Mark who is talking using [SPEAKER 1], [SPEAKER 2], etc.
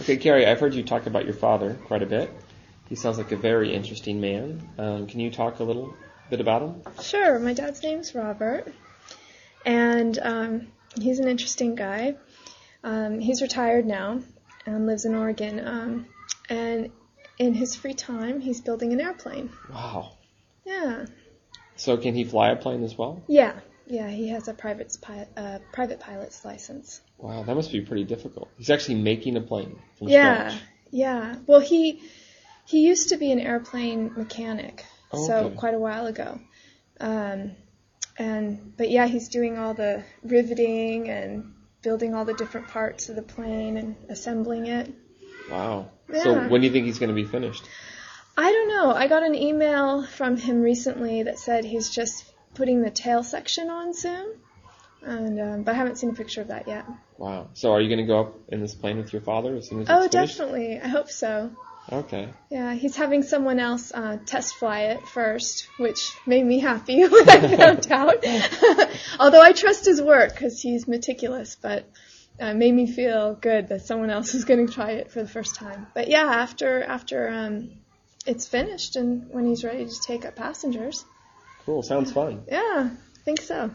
[SPEAKER 1] Okay, Gary, I've heard you talk about your father quite a bit. He sounds like a very interesting man. Um, can you talk a little bit about him?
[SPEAKER 2] Sure, my dad's name's Robert, and um, he's an interesting guy. Um, he's retired now and lives in Oregon. Um, and in his free time, he's building an airplane.
[SPEAKER 1] Wow.
[SPEAKER 2] Yeah,
[SPEAKER 1] So can he fly a plane as well?
[SPEAKER 2] yeah, yeah. He has a private pi- uh, private pilot's license.
[SPEAKER 1] Wow, that must be pretty difficult. He's actually making a plane from
[SPEAKER 2] Yeah,
[SPEAKER 1] scratch.
[SPEAKER 2] yeah. Well, he he used to be an airplane mechanic,
[SPEAKER 1] Oh,
[SPEAKER 2] so
[SPEAKER 1] okay.
[SPEAKER 2] quite a while ago. Um, and but yeah, he's doing all the riveting and building all the different parts of the plane and assembling it.
[SPEAKER 1] Wow. So
[SPEAKER 2] Yeah.
[SPEAKER 1] when do you think he's going to be finished?
[SPEAKER 2] I don't know. I got an email from him recently that said he's just putting the tail section on soon, and um, but I haven't seen a picture of that yet.
[SPEAKER 1] Wow. So are you going to go up in this plane with your father as soon as
[SPEAKER 2] Oh,
[SPEAKER 1] it's finished?
[SPEAKER 2] definitely. I hope so.
[SPEAKER 1] Okay.
[SPEAKER 2] Yeah, he's having someone else uh, test fly it first, which made me happy when I found out. Although I trust his work because he's meticulous, but uh, it made me feel good that someone else is going to try it for the first time. But yeah, after after um, it's finished and when he's ready to take up passengers,
[SPEAKER 1] Cool. Sounds fun.
[SPEAKER 2] yeah, I think so.